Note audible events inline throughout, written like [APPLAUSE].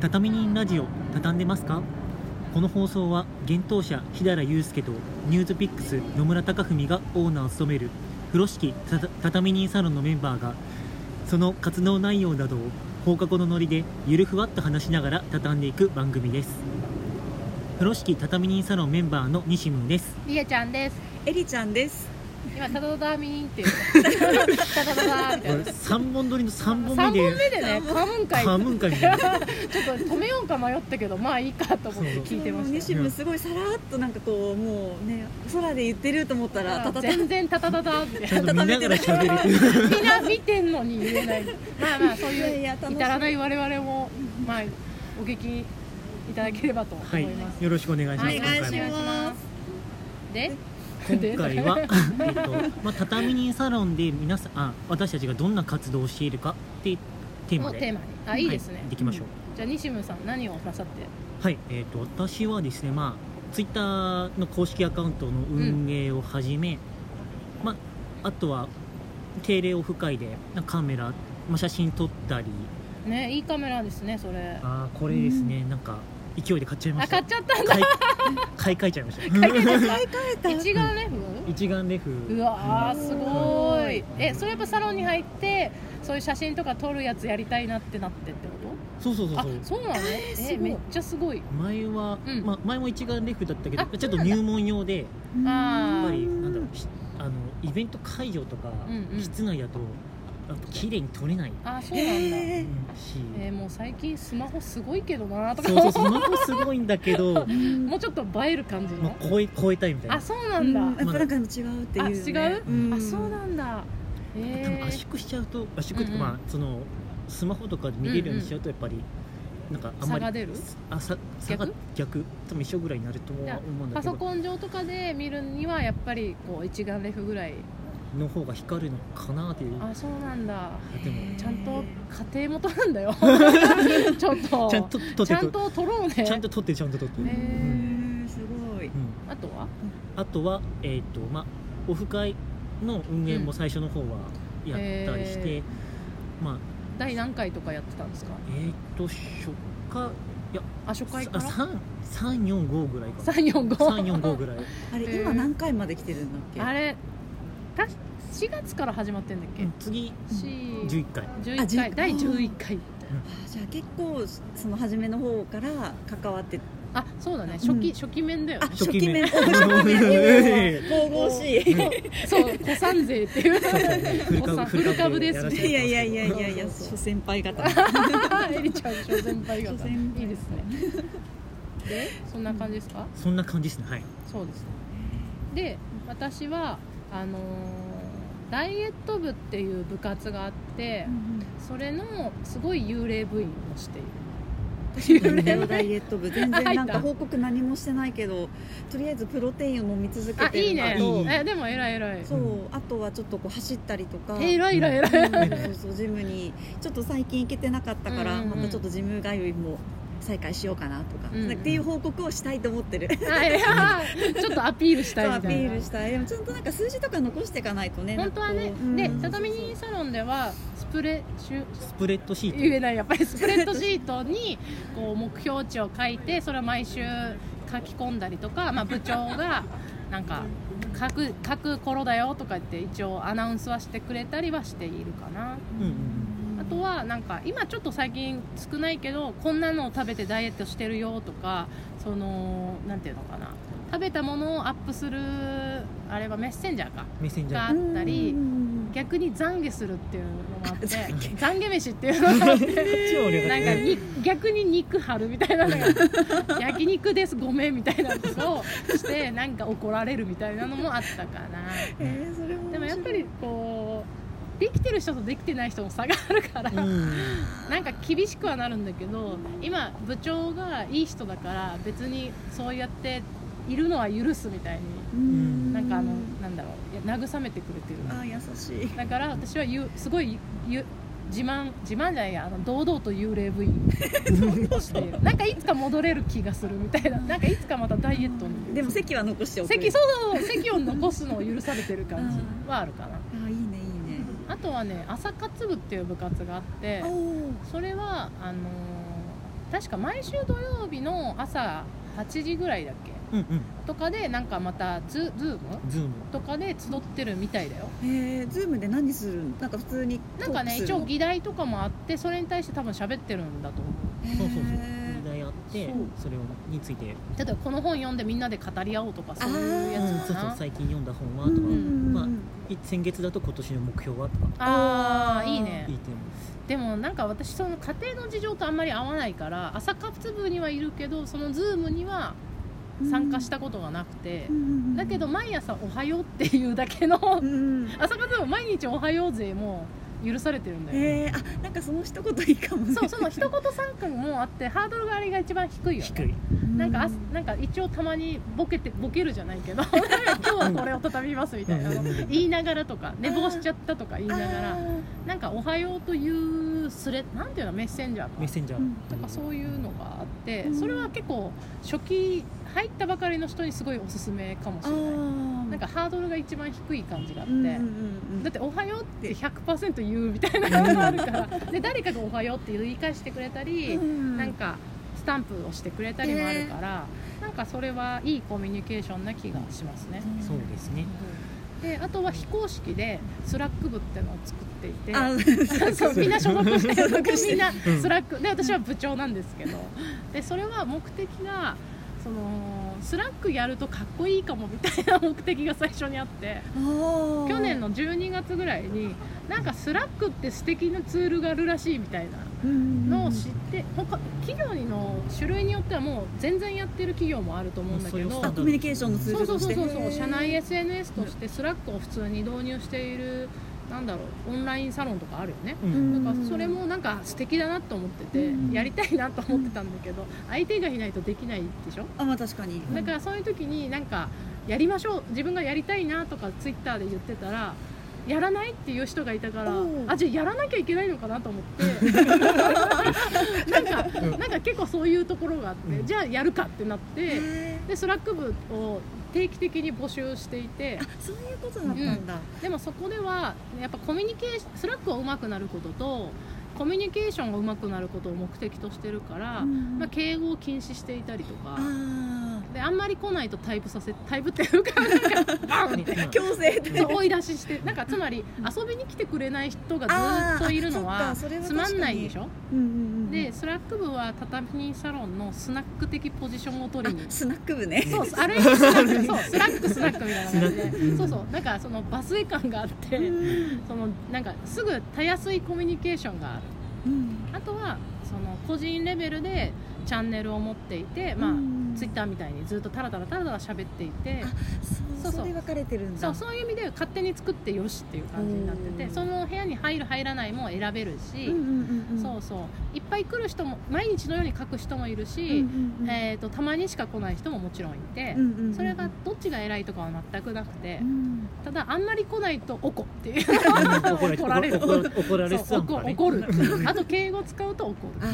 畳人ラジオ畳んでますかこの放送は現当社日平祐介とニューズピックス野村隆文がオーナーを務める風呂敷たた畳人サロンのメンバーがその活動内容などを放課後のノリでゆるふわっと話しながら畳んでいく番組です風呂敷畳人サロンメンバーの西文ですりえちゃんです。エリちゃんです。今タタタタミーンって言う。タタタタみたいな。 3本撮りの3三本本目目ででね、カムン会。ち噛ょむんかいみたい [LAUGHS] なっと止めようか迷ったけど、まあいいかと思って聞いてまもうし西村すごいさらっとなんかこうもうね空で言ってると思ったらた。たたた全然タタタタってちゃんと見ながら喋れてるみんな見てんのに言えない。まあまあそういやいいうや至楽しいらない我々もまあお聞きいただければと思はいいます。よろしくお願いしますはいお願いします今回も今で、回は、えっとまあ、畳人サロンで皆さんあ私たちがどんな活動をしているかっていうテーマもうでテーマに。あ、いいですねはい、。できましょう、じゃあ西村さん何をなさって。はいえっと私はですねまあツイッターの公式アカウントの運営をはじめ、まああとは定例オフ会でなんかカメラ、まあ、写真撮ったりね、いいカメラですねそれ。あーこれですね、なんか勢いで買っちゃいまあ、した買っちゃったんだ。買い買い替えちゃいました一眼レフ？一眼レフうわーすごーいえそれやっぱサロンに入ってそういう写真とか撮るやつやりたいなってなってってこそうそうそうとそうあそうなのえすごいめっちゃすごい前は、うんまあ、前も一眼レフだったけどあちょっと入門用でやっあぱりーなんだろうしあのイベント会場とか、うんうん室内だとやっぱ綺麗に撮れないあそうなんだえーし、えーもう最近スマホすごいけどなーとかそうそうスマホすごいんだけど [LAUGHS] もうちょっと映える感じまあの超え超えたいみたいなあそうなんだ、やっぱなんか違うっていう、ね。あ違うあそうだ。なんだえ多分圧縮しちゃうと圧縮っていうか、うんうんまあそのスマホとかで見れるようにしちゃうとやっぱり、なんかあんまり差が出るあさ差が逆多分一緒ぐらいになると思うじ思ゃあうんだパけソどコン上とかで見るにはやっぱりこう一眼レフぐらいの方が光るのかなっていうあそうなんだでもちゃんと家庭も撮るんだ [LAUGHS] よちょっとちゃんと撮ってちゃんとと撮ろうねちゃんと撮ってちゃんと撮って、へーすごい。うんあとはあとは、えーとまあ、オフ会の運営も最初の方はやったりして、へーまあ第何回とかやってたんですかえっ、と初回あ初回から345ぐらいかな345 345ぐらいあれ、えー今何回まで来てるんだっけ？あれた4月から始まってんだっけ、うん次四11回11あ回11第11回あじゃあ結構その初めの方から関わって。あそうだね初期、うん初期面だよね初 [LAUGHS] 期面初期面。神々しい。そう [LAUGHS] 古参勢っていうフル株フル株ですね [LAUGHS] いやいやいやいやいや、そう初先輩方。 [LAUGHS] エリちゃん初先輩初方い先輩いですねでそんな感じですか、そんな感じですねはいそうですねで私はあのーダイエット部っていう部活があって、それのすごい幽霊部員をしている運動ダイエット部全 [LAUGHS] 然入ったなんか報告何もしてないけどとりあえずプロテインを飲み続けてるあのといいねいいねえでも偉い偉いそう、うあとはちょっとこう走ったりとか、え偉い偉い [LAUGHS] 偉いうんそうそうジムにちょっと最近行けてなかったから、うんうんうんまたちょっとジム通いも再開しようかなとか,、うんうんっていう報告をしたいと思ってるあいやちょっとアピールしたそういアみピたいールしなたいでもちゃんとなんか数字とか残していかないとね本当はね、なでんかこううん畳人サロンではスプレシュスプレッドシ言ーえトないやっぱりスプレッドシートにこう目標値を書いてそれを毎週書き込んだりとか、まあ、部長がなんか書く書く頃だよとか言って一応アナウンスはしてくれたりはしているかなうんうんあとはなんか今ちょっと最近少ないけどこんなのを食べてダイエットしてるよとかそのなんていうのかな食べたものをアップするあれはメッセンジャーかメッセンジャあーったりうんうん逆に懺悔するっていうのもあって懺懺悔飯っていうのがあっ [LAUGHS] て超俺なんかに逆に肉張るみた [LAUGHS] いなのが焼肉ですごめんみたいなのをしてなんか怒られるみたいなのもあったかな [LAUGHS] えーそれも面白いでもやっぱりこうできてる人とできてない人の差があるから、うんなんか厳しくはなるんだけど今部長がいい人だから別にそうやっているのは許すみたいにうんなんかあのなんだろういや慰めてくれてるあー優しいだから私はゆすごいゆ自慢自慢じゃないやあの堂々と幽霊部員としているなんかいつか戻れる気がするみたいななんかいつかまたダイエットにでも席は残しておく席そう席を残すのを許されてる感じはあるかなあーいいねいいねあとはね朝活部っていう部活があっておーそれはあのー確か毎週土曜日の朝8時ぐらいだっけうんうんとかでなんかまたズズームズームとかで集ってるみたいだよへえズームで何するのなんか普通になんかね一応ギ議題とかもあってそれに対して多分喋ってるんだと思うそうそうそう議題あってそうそれをについて例えばこの本読んでみんなで語り合おうとかそういうやうんつそうかそうな最近読んだ本はうとんか、うんまあうんい先月だと今年の目標はとかあーいいいねいテーマでもなんか私その家庭の事情とあんまり合わないから朝活部にはいるけどそのズームには参加したことがなくて、うんうんうんだけど毎朝「おはよう」っていうだけの、うんうん朝活部毎日「おはようぜ」も許されてるんだよ、へえあなんかその一言いいかもねそうその一言三句もあってハードルがあれが一番低いよ、ね、低いなんかあうなんか一応たまにボケてボケるじゃないけど今日はこれを畳みますみたいなうんうんうん言いながらとか寝坊しちゃったとか言いながあらーなんか「おはよう」というスレなんていうのメッセンジャーかメッセンジャー、うんなんかそういうのがあってうんそれは結構初期入ったばかりの人にすごいおすすめかもしあれないーなんかハードルが一番低い感じがあって、うんうんうんだって「おはよう」って100%言うみたいなのがあるからで誰かが「おはよう」って言い返してくれたり、うんなんかスタンプをしてくれたりもあるから、なんかそれはいいコミュニケーションな気がしますね、 [LAUGHS] そうですねであとは非公式でスラック部っていうのを作っていてあそうみんな所属してる所属しみてるんなうんスラックで私は部長なんですけどでそれは目的がそのスラックやるとかっこいいかもみたいな目的が最初にあって [LAUGHS] 去去年の12月ぐらいになんかスラックって素敵なツールがあるらしいみたいなのを知って他企業の種類によってはもう全然やってる企業もあると思うんだけどそうあよコミュニケーションのツーそうルそとうしそうてそうそう社内へ SNS としてスラックを普通に導入しているなんだろうオンラインサロンとかあるよねううん [LAUGHS] んなんかそれもなんか素敵だなと思っててうんやりたいなと思ってたんだけど相手がいないとできないでしょあまあ確かにだからそういう時になんかやりましょう自分がやりたいなとかツイッターで言ってたらやらないっていう人がいたからおうあじゃあやらなきゃいけないのかなと思ってなんかうんなんか結構そういうところがあって、うんじゃあやるかってなってへーでスラック部を定期的に募集していてあそういうことだったんだでもそこではやっぱコミュニケーションスラックを上手くなることとコミュニケーションが上手くなることを目的としてるから、うんまあ、敬語を禁止していたりとか。あであんまり来ないとタイプさせタイプっていうか [LAUGHS] なんかバンってー強制でそう追い出ししてなんかつまり遊びに来てくれない人がずーっといるのあーあはそっかそれはつま確かにんないでしょ、うんうんうんでスラック部は畳人サロンのスナック的ポジションを取ありにスナック部ねそうあれスナックそうスラックスナックみたいな感じスナッでクそうそうなんかそのバスエ感があってうんそのなんかすぐたやすいコミュニケーションがあるうんあとはその個人レベルでチャンネルを持っていてまあ、うんツイッターみたいにずっとタラタラタラタラ喋っていてあそそううそうそれ分かれてるんそだうそういう意味で勝手に作ってよしっていう感じになってうてんその部屋に入る入らないも選べるし、うんうんうんうんそうそういっぱい来る人も毎日のように書く人もいるうし、んうんえー、とたまにしか来ない人ももちろんいて、うんうんうんそれがどっちが偉いとかは全くなくて、うんただあんまり来ないと「お [LAUGHS] こ」っていう怒怒らられれるる怒ら怒られそうそう怒ね怒る [LAUGHS] あと敬語使うと怒るあー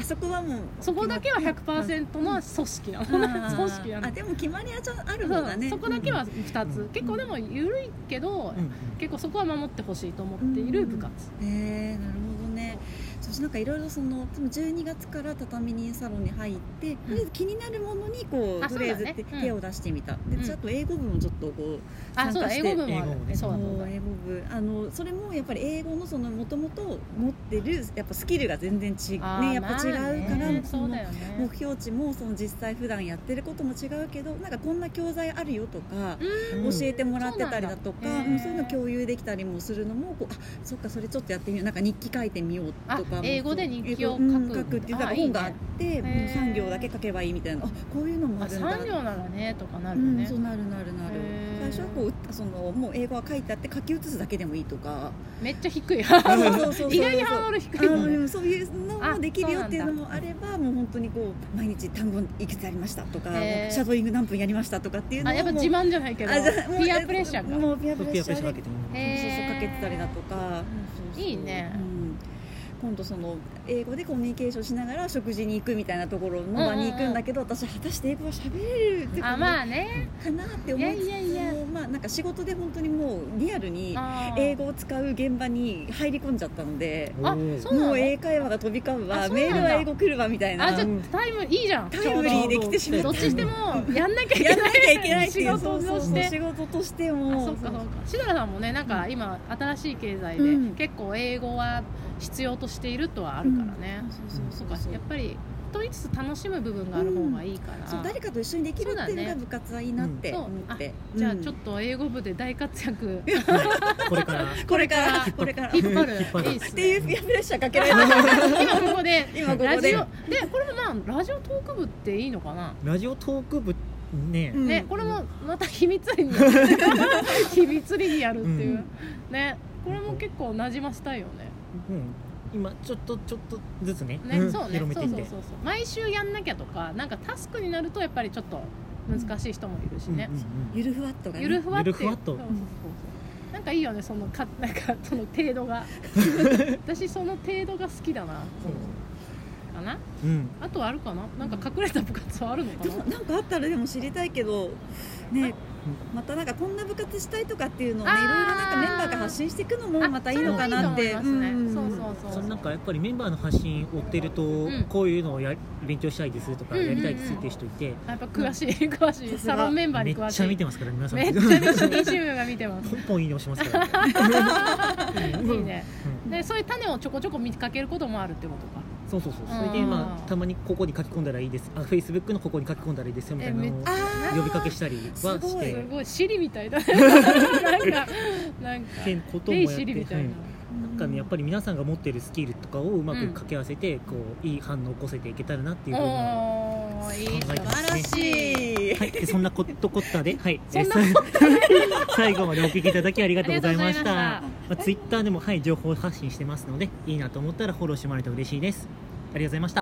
あそこはもうそこだけは100%の組織なの、あー組織なのあでも決まりはちょあるそうんだねそこだけは2つ、うん結構でも緩いけど、うんうん結構そこは守ってほしいと思っている部活、へえなるほどねそしてなんかいろいろそのその12月から畳人サロンに入って、とりあえず気になるものにこうあフレーズそうだねってうん手を出してみた、うんでちょっと英語部もちょっとこうあそうだ参英加して語部もあるね英そうだそうもうだ英語部あのそれもやっぱり英語のそのもともと持ってるやっぱスキルが全然違あうーねやっぱ違うかまあら、ねそそのうだよね目標値もその実際普段やってることも違うけどなんかこんな教材あるよとか、うん教えてもらってたりだとか、そうなんだうへんーそういうの共有できたりもするのもこうあそっかそれちょっとやってみようなんか日記書いてみようとかもあ英語で日記を書く英語うん書くっていうあなんかいいね本があってへー3行だけ書けばいいみたいなあこういうのもああるんだ3行ならねとかなうるよん、ねそうなるなるなるへー最初はこうそのもう英語は書いてあって書き写すだけでもいい [LAUGHS] とかめっちゃ低い意そうそうそうそう外にハードル低いあもんねのそういうのもできるよっていうのもああればもう本当にこう毎日単語いくつやりましたとかへーシャドーイング何分やりましたとかっていうのあをやっぱもう自慢じゃないけどあじゃあもうピアプレッシャーがもうピアピプアプレッレシッシャャーーかでけてみるへーそうそうかけてたりだとかそうそうそういいねうん今度その英語でコミュニケーションしながら食事に行くみたいなところの場に行くんだけど、私果たして英語は喋れるっていうかあまあねかなって思いつついやいやいもまあ、なんか仕事で本当にもうリアルにあー英語を使う現場に入り込んじゃったのであおーそうなのもう英会話が飛び交うあわそうなんメだールは英語来るわみたいなあじゃタあタイムいいじゃんイムリーで来てしまっどたっちしてもやんなきゃいやけらなないきゃいけないってい仕事うそうとそうしそうて仕事としてあもそっかそうかシダラさんもねなんか今新しい経済でうん結構英語は必要としているとはあるからね、そうそそううかそうそうやっぱりと言いつつ楽しむ部分がある方がいいから、そう誰かと一緒にできるっていうのが部活はいいなってそう思って、じゃあちょっとと英語部で大活 [LAUGHS] 躍はいこれからこれからこれから [LAUGHS] っ引っ張る引っ張るいいっすていねうプレッシャーかけら [LAUGHS] れた今ここで今こラこジでオでこれもまあラジオトーク部っていいのかな、ラジオトーク部ね、うんねこれもまた秘密裏に [LAUGHS] 秘密裏にやるっていう、ねこれも結構なじませたいよねうん今ちょっとちょっとずつねね、うんそうね広そうめそてういっそうてそう毎週やんなきゃとかなんかタスクになるとやっぱりちょっと難しい人もいるしね、うんうんうんゆるふわっとがねゆるふわっていうゆるふわっとそうそうそうそうなんかいいよねそのかなんかその程 [LAUGHS] 度が私その程度が好きだなかなうんあとはあるかななんか隠れた部活はあるのでかもななんかあったらでも知りたいけどねまたなんかこんな部活したいとかっていうのをねいあーろいろなんかメンバーが発信していくのもあまたいいのかなってそれもいいと思いますねんそうそうそうそのなんかやっぱりメンバーの発信を追ってると、んこういうのをや勉強したいですとかうんうんうんやりたいですっていう人いて、あやっぱ詳しい詳しいさすサがロンメンバーにめ詳っしちいゃ見てますから皆さんめっちゃめっちゃ20名が見てますポンポンいいね押しますから [LAUGHS] いいねうんでそういう種をちょこちょこ見かけることもあるってことかそうそうそうそれでうんまあたまにここに書き込んだらいいですあフェイスブックのここに書き込んだらいいですよみたいなえのめをっあー呼びかけしたりはしすてごいシリみた [LAUGHS] いだねなんかなんかってこともやレイっシてリみたいうな、んなんかねやっぱり皆さんが持ってるスキルとかをうまくうん掛け合わせて、こういい反応を起こせていけたらなっていうふうにはおおーい考えい素てま晴すらねしいいいでそんなコットコッタではいそんなえーさ [LAUGHS] 最後までお聞きいただきありがとうございましたありがとまうあ、ツイッターでもはい情報発信してますのでいいなと思ったらフォローしてもらえると嬉しいですありがとうございました